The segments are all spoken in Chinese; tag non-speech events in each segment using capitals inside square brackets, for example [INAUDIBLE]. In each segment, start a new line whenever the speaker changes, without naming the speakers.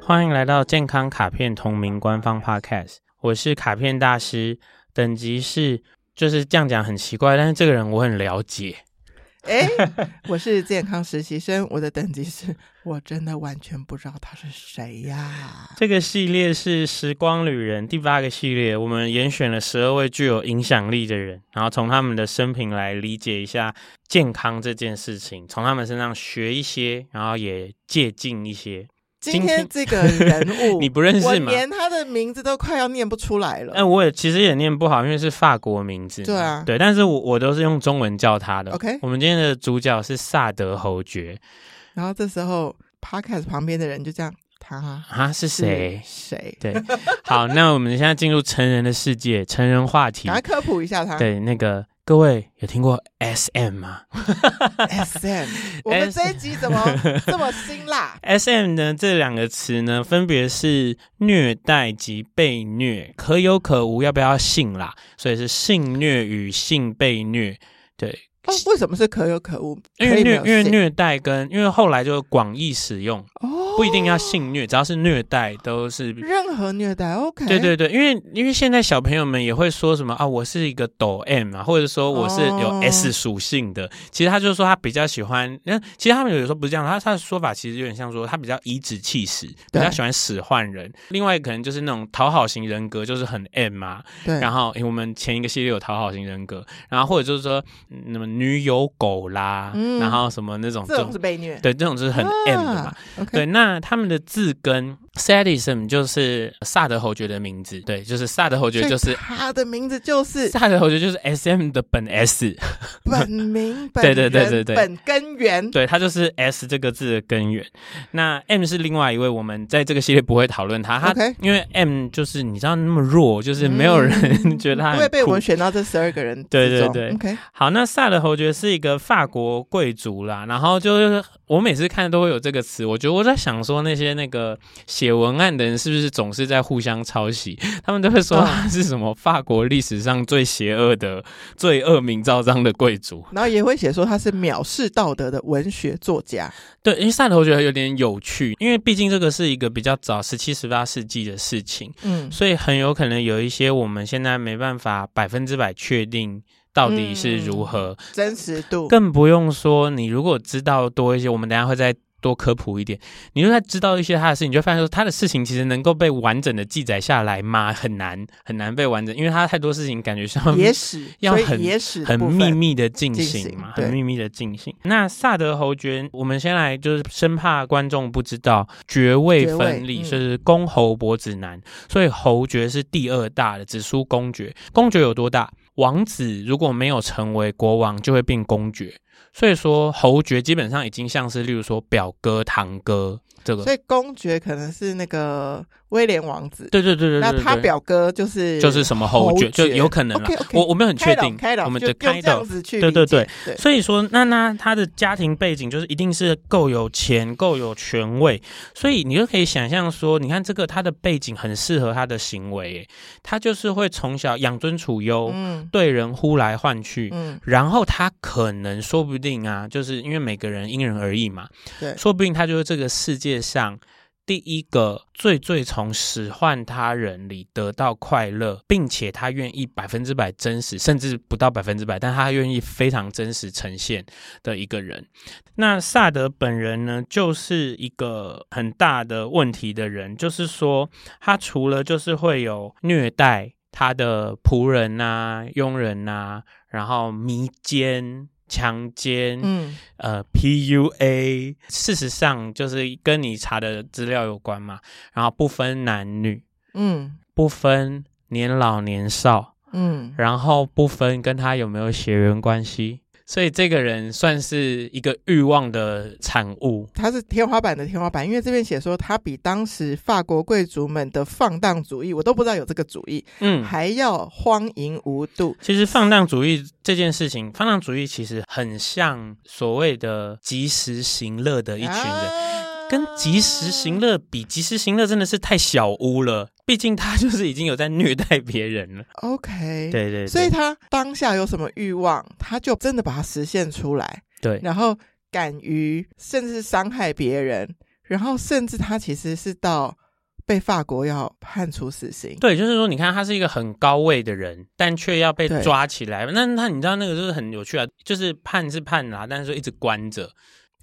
欢迎来到健康卡片同名官方 Podcast，我是卡片大师，等级是就是这样讲很奇怪，但是这个人我很了解。
哎，我是健康实习生，我的等级是，我真的完全不知道他是谁呀。
这个系列是《时光旅人》第八个系列，我们严选了十二位具有影响力的人，然后从他们的生平来理解一下健康这件事情，从他们身上学一些，然后也借鉴一些。
今天这个
[LAUGHS]
人物，
你不认
我
识吗？
连他的名字都快要念不出来了。
哎，我也其实也念不好，因为是法国名字嘛。
对啊
对，但是我我都是用中文叫他的。
OK
我们今天的主角是萨德侯爵
然后这时候 podcast 旁边的人就这样，他
啊，是
是
谁？
谁？
[LAUGHS] 对，好，那我们现在进入成人的世界，成人话题
赶。快科普一下他。
对，那个各位有听过 SM 吗 [LAUGHS]
SM，我们这一集怎么这么辛辣？
？SM 呢，这两个词呢，分别是虐待及被虐，可有可无，要不要性啦？所以是性虐与性被虐。对，
哦，为什么是可有可无？
因
可
为
以没
虐
有
因为
性
虐待跟因为后来就广义使用，
哦，
不一定要性虐，只要是虐待都是。
任何虐待。OK，
对对对，因为因为现在小朋友们也会说什么啊，我是一个抖 M 啊，或者说我是有
哦
S 属性的。其实他就说他比较喜欢，那其实他们有时候不是这样，他他的说法其实有点像说他比较颐指气使，比
对
较喜欢使唤人。另外可能就是那种讨好型人格，就是很 M 啊，
对，
然后、诶我们前一个系列有讨好型人格，然后或者就是说嗯那么女友狗啦，
嗯
然后什么那种
这
这
种
种
是被虐。
对这种就是很 M 的嘛。
啊 OK，
对，那他们的字根 sadism 就是萨德侯爵的名字，对，就是萨德侯爵就
所
是
以他的名字就是
萨德侯爵就是 S M 的本 S，
本
[LAUGHS]
名、本
对对对
人
对对
本根源。
对，它就是 S 这个字的根源。那 M 是另外一位，我们在这个系列不会讨论他，他
OK
因为 M 就是你知道那么弱，就是没有人觉得他
嗯
很
不会被我
酷
们选到这十二个人之
对对
中
对
，OK，
好，那萨德侯爵是一个法国贵族啦，然后就是我每次看都会有这个词，我觉得我在想说那些那个写文案的人是不是总是在互相抄袭？他们都会说
嗯
他是什么法国历史上最邪恶的、罪恶名昭彰的贵族。
然后也会写说他是藐视道德的文学作家。
对，因为萨德侯爵有点有趣，因为毕竟这个是一个比较早十七、十八世纪的事情，
嗯，
所以很有可能有一些我们现在没办法百分之百确定到底是如何。
真实度
更不用说你如果知道多一些，我们等一下会再多科普一点。你就在知道一些他的事情，你就会发现说他的事情其实能够被完整的记载下来吗？很难，很难被完整，因为他太多事情感觉像
野史，
要
所以
很
野史的
很
部分
秘密的进
进
行
行
嘛，
对
很秘密的进行。那萨德侯爵，我们先来就是生怕观众不知道爵位分立，
爵位嗯
就是公侯伯子男，所以侯爵是第二大的，只输公爵。公爵有多大？王子如果没有成为国王，就会变公爵。所以说，侯爵基本上已经像是，例如说表哥、堂哥这个。
所以公爵可能是那个威廉王子，
对对对对对
那
对
他表哥就是
就是什么侯爵，
侯爵
就有可能了。
OK，OK
我我没有很确
开朗
定，
开朗，
我们
就
的
就
开
这
导
样子去
对
理
对
解，
对
对
所以说，娜娜她的家庭背景就是一定是够有钱、够有权位，所以你就可以想象说，你看这个她的背景很适合她的行为耶，她就是会从小养尊处优，
嗯
对人呼来唤去。
嗯，
然后她可能说不定啊，就是因为每个人因人而异嘛，
对
说不定她就是这个世界上第一个最最从使唤他人里得到快乐，并且她愿意百分之百真实，甚至不到百分之百，但她愿意非常真实呈现的一个人。那萨德本人呢，就是一个很大的问题的人，就是说他除了就是会有虐待他的仆人呐、佣人呐、然后迷奸、强奸，
嗯
呃 PUA，事实上就是跟你查的资料有关嘛，然后不分男女，
嗯
不分年老年少，
嗯，
然后不分跟他有没有血缘关系，所以这个人算是一个欲望的产物。
他是天花板的天花板，因为这边写说他比当时法国贵族们的放荡主义，我都不知道有这个主义，
嗯，
还要荒淫无度。
其实放荡主义这件事情，放荡主义其实很像所谓的及时行乐的一群人。
啊人
跟及时行，乐比，及时行乐真的是太小巫了。毕竟他就是已经有在虐待别人了。
，OK，
对对对，
所以他当下有什么欲望，他就真的把它实现出来，
对
然后敢于甚至伤害别人，然后甚至他其实是到被法国要判处死刑。
对，就是说，你看他是一个很高位的人，但却要被
对
抓起来。那那你知道那个就是很有趣啊，就是判是判啦、但是说一直关着，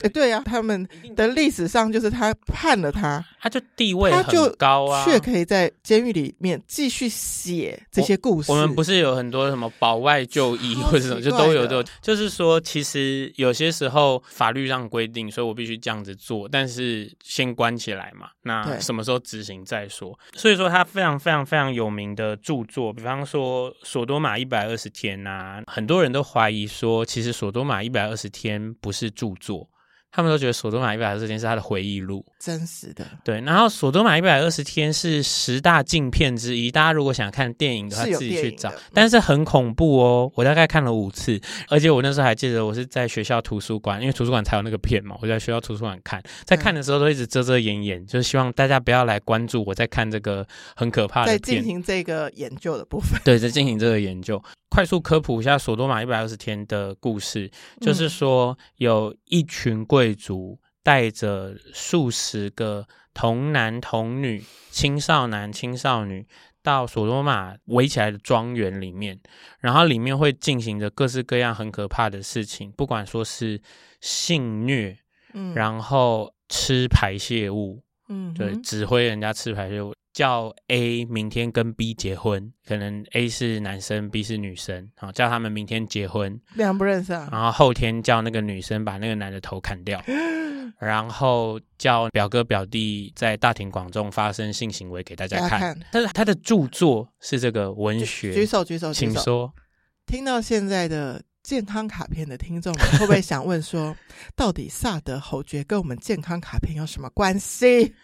哎，对呀、他们的历史上就是他判了他，
他就地位
他就
很高啊。
却可以在监狱里面继续写这些故事。
我们不是有很多什么保外就医
超
或者什么，
奇
就
怪
都有
的
都有。就是说，其实有些时候法律上规定，所以我必须这样子做，但是先关起来嘛，那
对
什么时候执行再说。所以说，他非常非常非常有名的著作，比方说《索多玛一百二十天》呐，很多人都怀疑说，其实《索多玛一百二十天》不是著作。他们都觉得《索多玛一百二十天》是他的回忆录，
真实的，
对。然后《索多玛一百二十天》是十大禁片之一，大家如果想看电影的话，
是有
自己去
电影
找
的。嗯
但是很恐怖哦，我大概看了五次，而且我那时候还记得我是在学校图书馆，因为图书馆才有那个片嘛，我在学校图书馆看，
嗯
在看的时候都一直遮遮掩掩，就是希望大家不要来关注我在看这个很可怕的
在进
片。
行这个研究的部分。
对，在进行这个研究，快速科普一下索多玛一百二十天的故事，就是说有一群贵族带着数十个童男童女、青少男青少女到索多玛围起来的庄园里面，然后里面会进行着各式各样很可怕的事情，不管说是性虐，
嗯，
然后吃排泄物，
嗯哼，
对，指挥人家吃排泄物，叫 A 明天跟 B 结婚，可能 A 是男生，B 是女生，好、叫他们明天结婚，
两不认识啊。
然后后天叫那个女生把那个男的头砍
[LAUGHS]
掉，然后叫表哥表弟在大庭广众发生性行为给大家
大家
看
看。
但是他的著作是这个文
举
学，
手，举手，举
请
手。
说。
听到现在的健康卡片的听众们， [LAUGHS] 会不会想问说，到底萨德侯爵跟我们健康卡片有什么关系？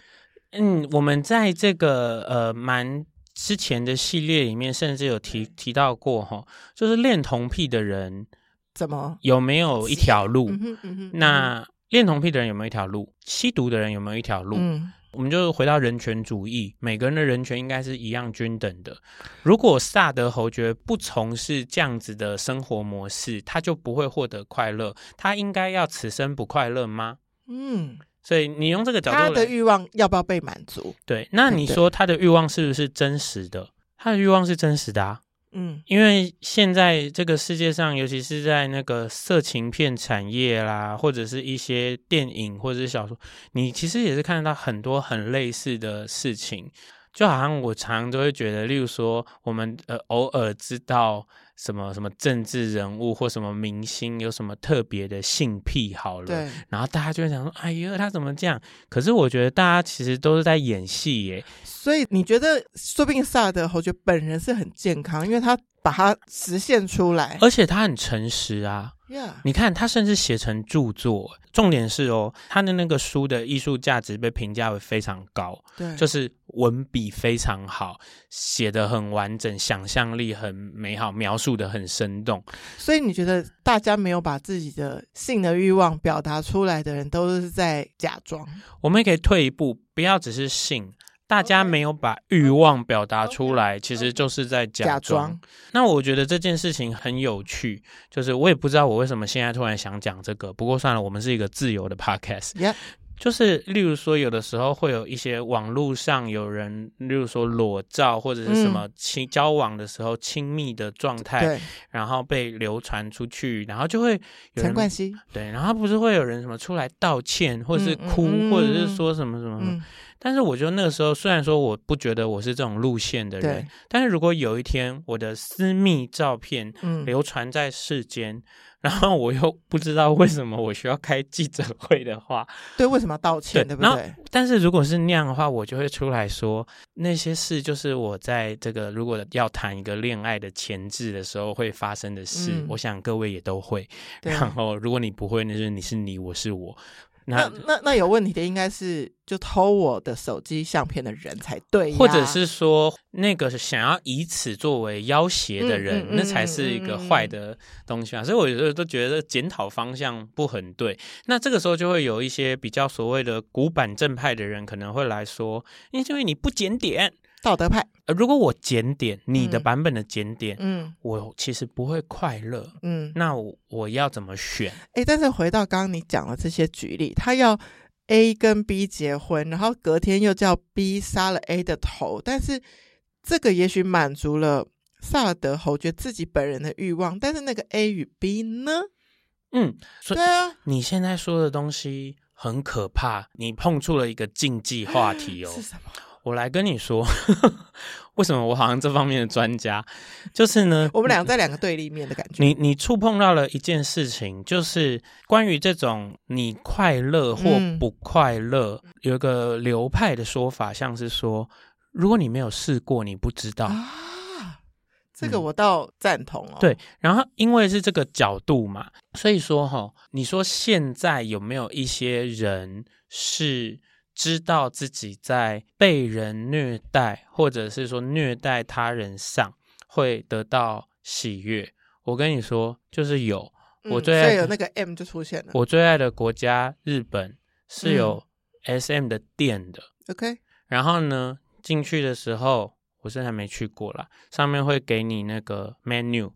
嗯，我们在这个呃蛮之前的系列里面，甚至有提提到过哈，就是恋童癖的人
怎么？
有没有一条路？
嗯哼嗯哼，
那恋童癖的人有没有一条路？吸毒的人有没有一条路？
嗯，
我们就回到人权主义，每个人的人权应该是一样均等的。如果萨德侯爵不从事这样子的生活模式，他就不会获得快乐。他应该要此生不快乐吗？
嗯，嗯
所以你用这个角
他
度
的
来，
欲望要不要被满足？
对，那你
对
说他的欲望是不是真实的？他的欲望是真实的啊。
嗯，
因为现在这个世界上，尤其是在那个色情片产业啦，或者是一些电影或者是小说，你其实也是看得到很多很类似的事情。就好像我常常都会觉得，例如说，我们呃偶尔知道什么什么政治人物或什么明星有什么特别的性癖，好了，
对，
然后大家就会想说，哎呀，他怎么这样？可是我觉得大家其实都是在演戏耶，
所以你觉得，说不定萨德侯爵本人是很健康，因为他把它实现出来。
而且他很诚实啊。
呀，
你看，他甚至写成著作。重点是哦，他的那个书的艺术价值被评价为非常高，
对，
就是文笔非常好，写的很完整，想象力很美好，描述的很生动。
所以你觉得大家没有把自己的性的欲望表达出来的人，都是在假装。
我们也可以退一步，不要只是信。大家
OK
没有把欲望表达
OK
出来其实就是在假
假
装
装。
那我觉得这件事情很有趣，就是我也不知道我为什么现在突然想讲这个。不过算了，我们是一个自由的 podcast，
Yep
就是例如说，有的时候会有一些网络上有人，例如说裸照或者是什么亲、交往的时候亲密的状态，
嗯对，
然后被流传出去，然后就会有
陈冠
人
希，
对，然后不是会有人什么出来道歉，或者是
嗯嗯
哭，
嗯
或者是说什么什么什么。
嗯，
但是我觉得那个时候，虽然说我不觉得我是这种路线的人
对，，
但是如果有一天我的私密照片
嗯，
流传在世间，然后我又不知道为什么我需要开记者会的话，
对，为什么要道歉？
对
对不
然后
对？
但是如果是那样的话，我就会出来说那些事，就是我在这个如果要谈一个恋爱的前置的时候会发生的事。
嗯
我想各位也都会。
对
然后如果你不会，那就是你是你，我是我。
那
那
那那有问题的应该是就偷我的手机相片的人才对呀，
或者是说，那个想要以此作为要挟的人，
嗯嗯嗯
那才是一个坏的东西啊。所以我有时候都觉得检讨方向不很对。那这个时候就会有一些比较所谓的古板正派的人可能会来说，因为你不检点。
道德派，
呃，如果我检点你的
嗯
版本的检点，
嗯
我其实不会快乐。
嗯，
那我我要怎么选？
哎，但是回到刚刚你讲的这些举例，他要 A 跟 B 结婚，然后隔天又叫 B 杀了 A 的头，但是这个也许满足了萨尔德侯爵自己本人的欲望，但是那个 A 与 B 呢？
嗯，所以
对啊，
你现在说的东西很可怕，你碰触了一个禁忌话题哦。
是什么？
我来跟你说， [LAUGHS] 为什么我好像这方面的专家，就是呢，
我们俩在两个对立面的感
[LAUGHS]
觉。
你你触碰到了一件事情，就是关于这种你快乐或
嗯
不快乐，有一个流派的说法，像是说，如果你没有试过，你不知道。
啊，这个
嗯
我倒赞同哦。
对，然后因为是这个角度嘛，所以说哈、你说现在有没有一些人是知道自己在被人虐待，或者是说虐待他人上会得到喜悦？我跟你说，就是有。
嗯，
我最爱
所以有那个 M 就出现了。
我最爱的国家日本是有 SM 的店的，
OK，
然后呢，进去的时候我是还没去过啦，上面会给你那个 menu。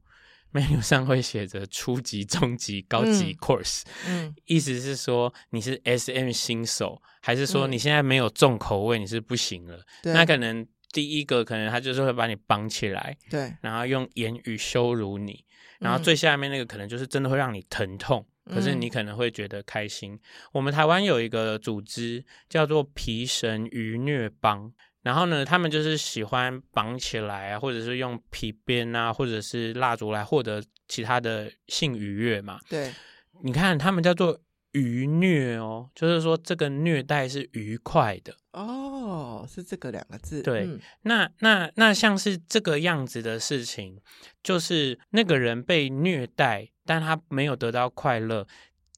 menu 上会写着初级、中级、高级
嗯
course，、
嗯，
意思是说你是 SM 新手，还是说
嗯
你现在没有重口味，你是不行了？
对，
那可能第一个可能他就是会把你绑起来，
对，
然后用言语羞辱你，然后
嗯
最下面那个可能就是真的会让你疼痛，可是你
嗯
可能会觉得开心。我们台湾有一个组织叫做皮绳愚虐帮，然后呢，他们就是喜欢绑起来啊，或者是用皮鞭啊，或者是蜡烛来获得其他的性愉悦嘛。
对，
你看，他们叫做愚虐哦，就是说这个虐待是愉快的。
哦，是这个两个字。
对
嗯
那那那像是这个样子的事情，就是那个人被虐待，但他没有得到快乐，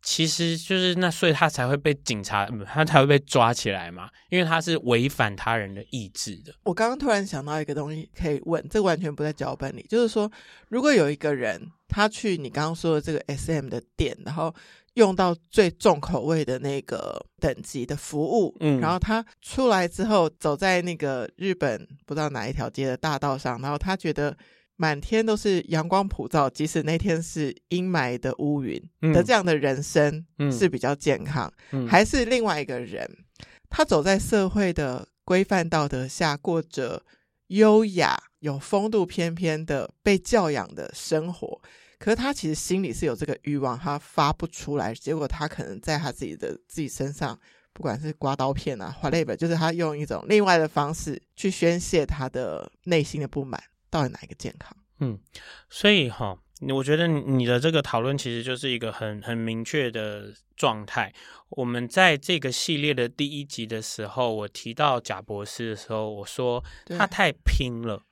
其实就是那，所以他才会被警察，不他才会被抓起来嘛，因为他是违反他人的意志的。
我刚刚突然想到一个东西可以问，这完全不在脚本里。就是说，如果有一个人他去你刚刚说的这个 SM 的店，然后用到最重口味的那个等级的服务，
嗯
然后他出来之后走在那个日本不知道哪一条街的大道上，然后他觉得满天都是阳光普照，即使那天是阴霾的乌云
嗯
的这样的人生
嗯
是比较健康。
嗯
还是另外一个人，他走在社会的规范道德下，过着优雅、有风度翩翩的被教养的生活。可是他其实心里是有这个欲望，他发不出来，结果他可能在他自己的自己身上，不管是刮刀片啊、花 l 本，就是他用一种另外的方式去宣泄他的内心的不满。到底哪一个健康？
所以哈、你我觉得你你的这个讨论其实就是一个很很明确的状态。我们在这个系列的第一集的时候，我提到贾博士的时候，我说
对
他太拼了。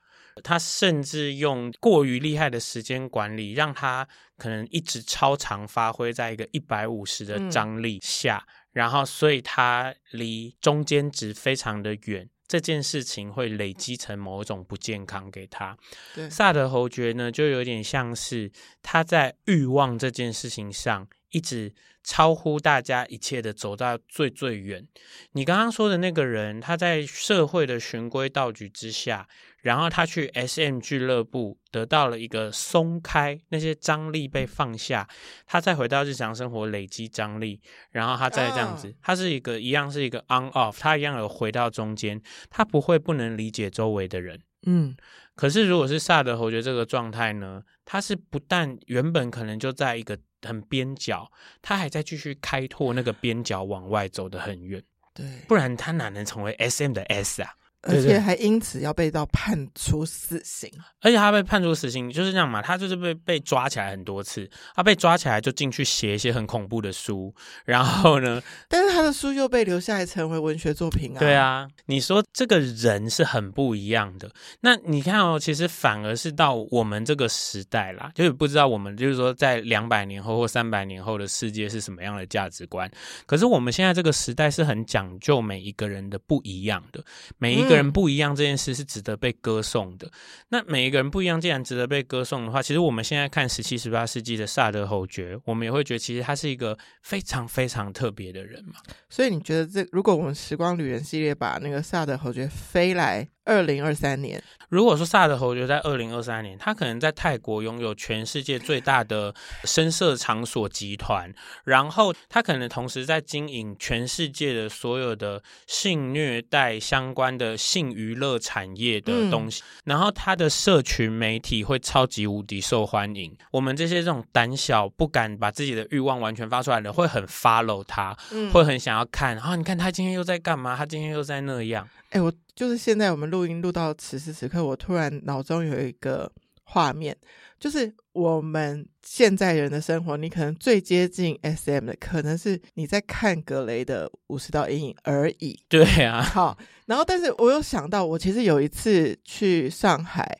他甚至用过于厉害的时间管理，让他可能一直超常发挥在一个一百五十的
嗯
张力下，然后所以他离中间值非常的远，这件事情会累积成某种不健康给他。
对，
萨德侯爵呢，就有点像是他在欲望这件事情上，一直超乎大家一切的走到最最远。你刚刚说的那个人，他在社会的循规蹈矩之下，然后他去 SM 俱乐部得到了一个松开，那些张力被放下，他再回到日常生活累积张力，然后他再这样子，他是一个一样是一个 on off，他一样有回到中间，他不会不能理解周围的人。
嗯，
可是如果是萨德侯爵这个状态呢，他是不但原本可能就在一个很边角，他还在继续开拓那个边角往外走得很远，
对，
不然他哪能成为 S M 的 S 啊？
而
对对
且还因此要被到判处死刑。
而且他被判处死刑就是这样嘛，他就是被被抓起来很多次，他被抓起来就进去写一些很恐怖的书，然后呢，
但是他的书又被留下来成为文学作品啊。
对，啊，你说这个人是很不一样的。那你看哦，其实反而是到我们这个时代啦，就是不知道我们就是说在两百年后或三百年后的世界是什么样的价值观。可是我们现在这个时代是很讲究每一个人的不一样的，每一个人
嗯
不一样这件事是值得被歌颂的。那每一个人不一样，既然值得被歌颂的话，其实我们现在看十七、十八世纪的萨德侯爵，我们也会觉得其实他是一个非常非常特别的人嘛。
所以你觉得这如果我们时光旅人系列把那个萨德侯爵飞来二零二三年，
如果说萨德侯爵在二零二三年，他可能在泰国拥有全世界最大的声色场所集团，然后他可能同时在经营全世界的所有的性虐待相关的性娱乐产业的东西，然后他的社群媒体会超级无敌受欢迎。我们这些这种胆小不敢把自己的欲望完全发出来的人，会很 follow 他，
嗯
会很想要看啊，你看他今天又在干嘛？他今天又在那样。
哎、我就是现在我们录音录到此时此刻，我突然脑中有一个画面，就是我们现在人的生活，你可能最接近 SM 的，可能是你在看格雷的《五十道阴影》而已。
对啊，
好，然后但是我有想到，我其实有一次去上海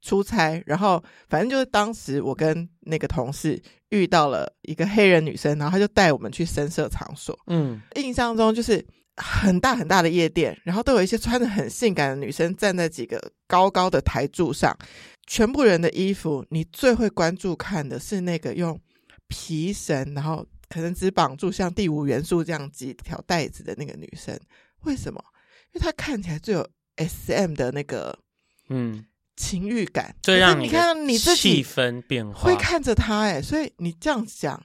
出差，然后反正就是当时我跟那个同事遇到了一个黑人女生，然后她就带我们去深色场所，
嗯，
印象中就是很大很大的夜店，然后都有一些穿的很性感的女生站在几个高高的台柱上，全部人的衣服，你最会关注看的是那个用皮绳，然后可能只绑住像第五元素这样几条带子的那个女生，为什么？因为她看起来最有 SM 的那个
嗯，
情欲感，
最
可是
让
你
的
看到你自己
气氛变化，
会看着他哎、所以你这样想，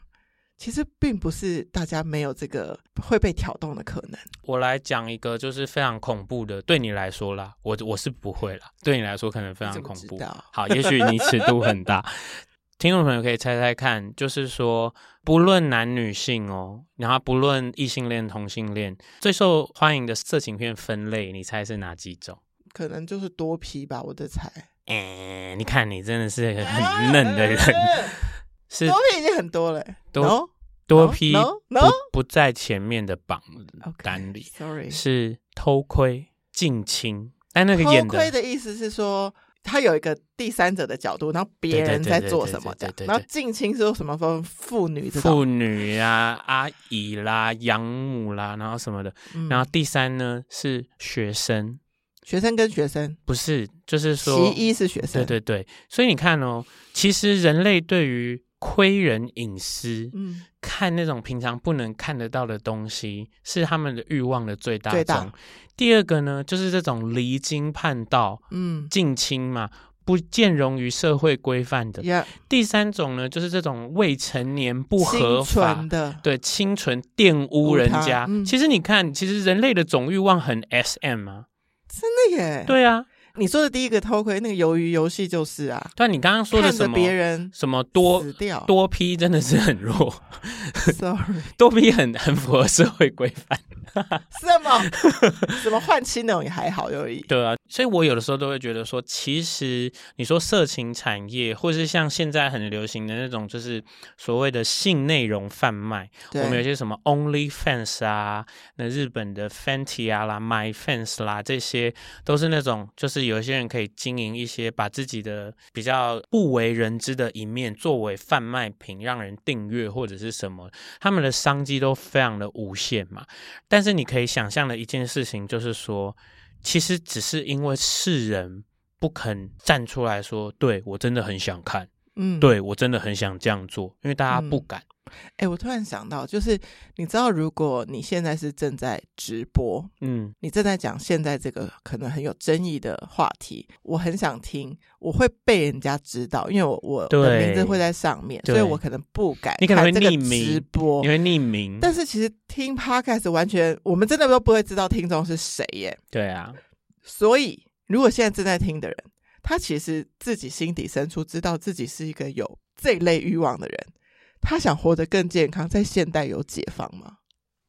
其实并不是大家没有这个会被挑动的可能。
我来讲一个就是非常恐怖的，对你来说啦，我我是不会啦，对你来说可能非常恐
你怎么
怖
知道。
好，也许你尺度很大， [LAUGHS] 听众朋友可以猜猜看，就是说不论男女性哦，然后不论异性恋、同性恋，最受欢迎的色情片分类，你猜是哪几种？
可能就是多批吧，我的猜。
哎，你看你真的是个 [LAUGHS] 很嫩
[LAUGHS]
的人， [LAUGHS] 是
多批已经很多了、欸。
多
No？
多批
no,
不
no,
不在前面的榜
OK，
单里，
Sorry，
是偷窥、近亲，但那个演
偷
的
窥的意思是说。他有一个第三者的角度，然后别人在做什么这样
对对对对对对对
然后近亲说什么分妇女这种，
妇女啊、阿姨啦、养母啦，然后什么的。
嗯
然后第三呢是学生，
学生跟学生，
不是，就是
其
说，
一是学生，
对，对对。所以你看哦，其实人类对于窥人隐私、
嗯，
看那种平常不能看得到的东西，是他们的欲望的最大
最大
宗。第二个呢，就是这种离经叛道、
嗯，
近亲嘛，不见容于社会规范的。
也
第三种呢，就是这种未成年不合
清
法
纯。的，
对，清纯玷污人家。
污他嗯
其实你看，其实人类的总欲望很 S M 啊。
真的耶，
对啊，
你说的第一个偷窥那个鱿鱼游戏就是啊，
但你刚刚说的
看
什
着
么
别人
什么多
死掉
多批真的是很弱， [LAUGHS]
，sorry，
多批很很符合社会规范。 [LAUGHS]
什么 [LAUGHS] 什么换妻那种也还好而已，
对啊，所以我有的时候都会觉得说，其实你说色情产业，或是像现在很流行的那种，就是所谓的性内容贩卖，
对，
我们有些什么 OnlyFans 啊，那日本的 Fenty 啊啦、MyFans 啦，这些都是那种，就是有一些人可以经营一些把自己的比较不为人知的一面作为贩卖品，让人订阅或者是什么，他们的商机都非常的无限嘛。但是你可以想象的一件事情就是说，其实只是因为世人不肯站出来说，对我真的很想看，
嗯，
对我真的很想这样做，因为大家不
嗯
敢。
哎、我突然想到，就是你知道，如果你现在是正在直播，
嗯
你正在讲现在这个可能很有争议的话题，我很想听，我会被人家知道，因为我我的
对
名字会在上面，
对
所以我可能不敢，
你可能会匿名
直播
因。为匿名，
但是其实听 podcast 完全，我们真的都不会知道听众是谁耶。
对啊，
所以，如果现在正在听的人，他其实自己心底深处知道自己是一个有这类欲望的人，他想活得更健康，在现代有解放吗？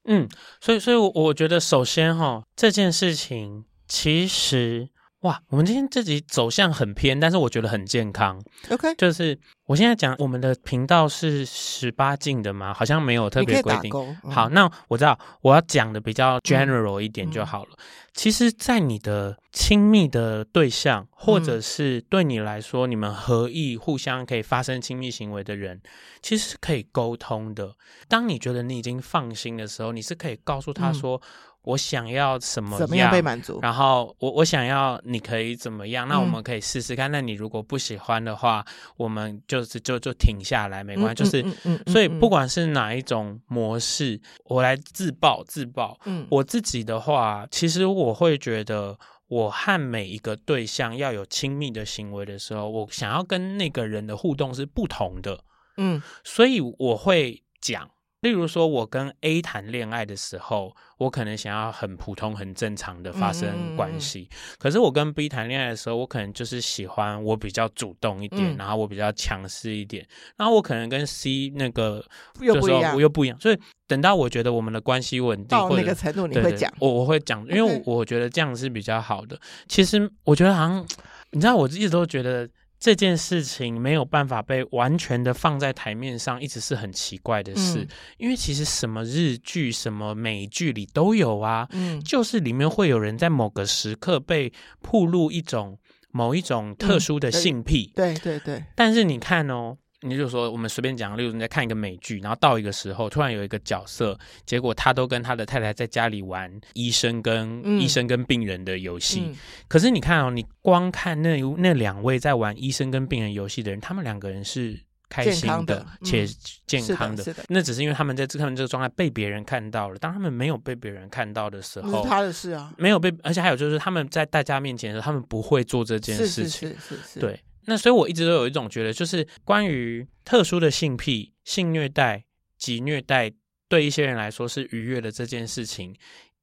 嗯，所以，所以我，我觉得，首先哈，这件事情其实，哇，我们今天这集走向很偏，但是我觉得很健康。
OK，
就是我现在讲，我们的频道是十八禁的吗？好像没有特
你可
别
以
规
打
定。
工。嗯
好，，那我知道我要讲的比较 general 一点就
嗯
好了。其实，在你的亲密的对象，或
嗯
者是对你来说，你们合意互相可以发生亲密行为的人，其实是可以沟通的。当你觉得你已经放心的时候，你是可以告诉他
嗯
说：“我想要什么
怎么样被满足？
然后我我想要你可以怎么样？那我
嗯
们可以试试看。那你如果不喜欢的话，我们就是就就停下来，没
没
关系。就是
嗯嗯嗯
所以不
管
管是哪一种模式，我来自爆自爆。
嗯，
我自己的话，其实我会觉得我和每一个对象要有亲密的行为的时候，我想要跟那个人的互动是不同的，
嗯
所以我会讲。例如说，我跟 A 谈恋爱的时候，我可能想要很普通、很正常的发
嗯嗯嗯
生关系；可是我跟 B 谈恋爱的时候，我可能就是喜欢我比较主动一点，
嗯
然后我比较强势一点，然后我可能跟 C 那个
又
就
不
是
一
说
样
我，又不一样。所以等到我觉得我们的关系稳定，
到
或
那
者
个程度你
对
会
对
讲，嗯
我我会讲，因为
OK
我觉得这样是比较好的。其实我觉得好像，你知道，我一直都觉得这件事情没有办法被完全的放在台面上，一直是很奇怪的事。
嗯
因为其实什么日剧、什么美剧里都有啊，
嗯
就是里面会有人在某个时刻被曝露一种某一种特
嗯
殊的
对
性癖，
对对对，
但是你看哦，你就说我们随便讲，例如你在看一个美剧，然后到一个时候，突然有一个角色，结果他都跟他的太太在家里玩医生跟、
嗯
医生跟病人的游戏。
嗯
可是你看哦，你光看那那两位在玩医生跟病人游戏的人，他们两个人是。开心
健康
的
的，
且
嗯
健康
是的是的
那只是因为他们在这他们这个状态被别人看到了。当他们没有被别人看到的时
那
候
是，他的事啊，
没有被，而且还有就是他们在大家面前的时候，他们不会做这件
是
事
是
情。
是是是，
对，那所以我一直都有一种觉得，就是关于特殊的性癖、性虐待及虐待，对一些人来说是愉悦的这件事情，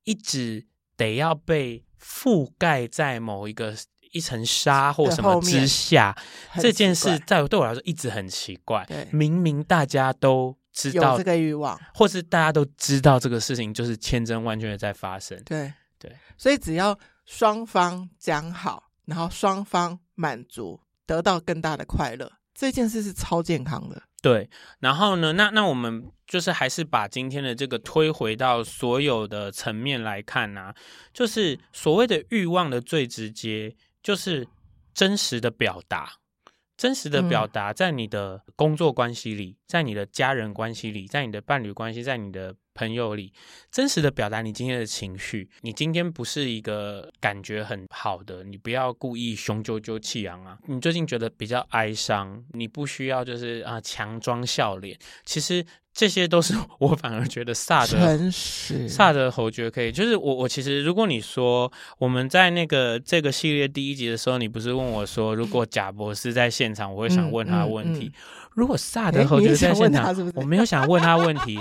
一直得要被覆盖在某一个一层纱或
的
什么
后面
之下。
很
这件
奇怪
事在对我来说一直很奇怪
对，
明明大家都知
有
道
这，个欲望，
或是大家都知道这个事情就是千真万确的在发生。
对
对，
所以只要双方讲好，然后双方满足，得到更大的快乐，这件事是超健康的。
对，然后呢，那那我们就是还是把今天的这个推回到所有的层面来看啊，就是所谓的欲望的最直接，就是真实的表达。真实的表达在你的工作关系里，在你的家人关系里，在你的伴侣关系，在你的朋友里，真实的表达你今天的情绪。你今天不是一个感觉很好的，你不要故意雄赳赳气昂啊。你最近觉得比较哀伤，你不需要就是啊、强装笑脸。其实这些都是 [LAUGHS] 我反而觉得萨德
诚实，
萨德侯爵可以，就是我我其实如果你说我们在那个这个系列第一集的时候，你不是问我说，如果贾博士在现场，我会想问他的问题。
嗯嗯
如果萨
诶
德侯
你
爵
也想
在现
问
场，
他是不是
我没有想问他问题，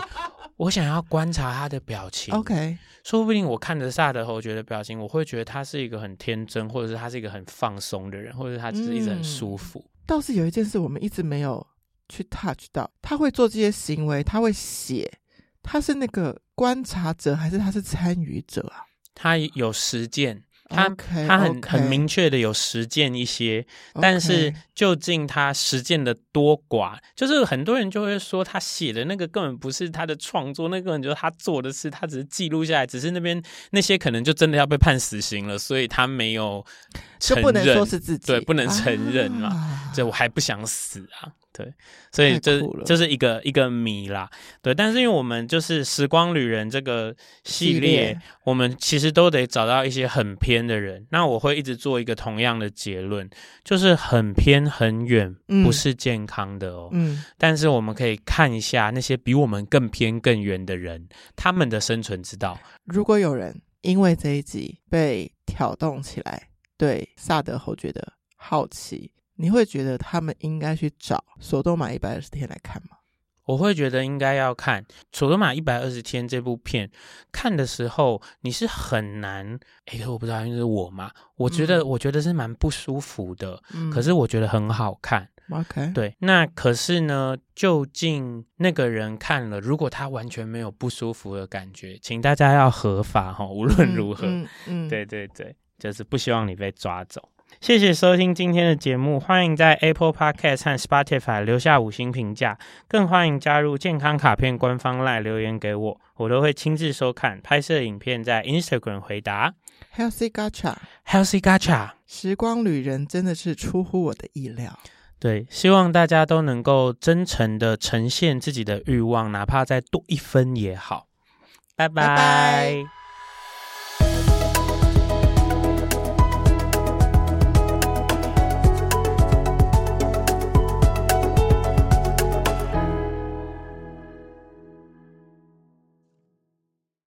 我想要观察他的表情。
OK，
说不定我看着萨德侯爵的表情，我会觉得他是一个很天真，或者是他是一个很放松的人，或者是他就是一直很舒服。
倒是有一件事我们一直没有去 touch 到，他会做这些行为，他会写，他是那个观察者还是他是参与者啊？
他有实践，他
OK，
他很
哎 OK，
很明确的有实践一些，
OK，
但是究竟他实践的多寡，就是很多人就会说他写的那个根本不是他的创作，那个根本就是他做的事，他只是记录下来，只是那边那些可能就真的要被判死刑了，所以他没有
就
承认。
不能说是自己，
对不能承认嘛
啊
这我还不想死啊！对，所以
太
这
酷了
这是一个一个谜啦。对，但是因为我们就是《时光旅人》这个系列，
系列
我们其实都得找到一些很偏的人。那我会一直做一个同样的结论，就是很偏很远，
嗯
不是健康的哦。
嗯，
但是我们可以看一下那些比我们更偏更远的人，他们的生存之道。
如果有人因为这一集被挑动起来，对萨德侯爵的好奇，你会觉得他们应该去找《索多玛一百二十天》来看吗？
我会觉得应该要看《索多玛一百二十天》这部片，看的时候你是很难，诶，可我不知道，因为是我嘛，我觉得、
嗯
我觉得是蛮不舒服的，
嗯
可是我觉得很好看。
OK，
对，那可是呢，究竟那个人看了，如果他完全没有不舒服的感觉，请大家要合法哈、无论如何，
嗯嗯，嗯
对对对，就是不希望你被抓走。谢谢收听今天的节目，欢迎在 Apple Podcast 和 Spotify 留下五星评价，更欢迎加入健康卡片官方 LINE 留言给我，我都会亲自收看。拍摄影片在 Instagram 回答
Healthy Gacha
Healthy Gacha。
时光旅人真的是出乎我的意料。
对，希望大家都能够真诚的呈现自己的欲望，哪怕再多一分也好。拜
拜
拜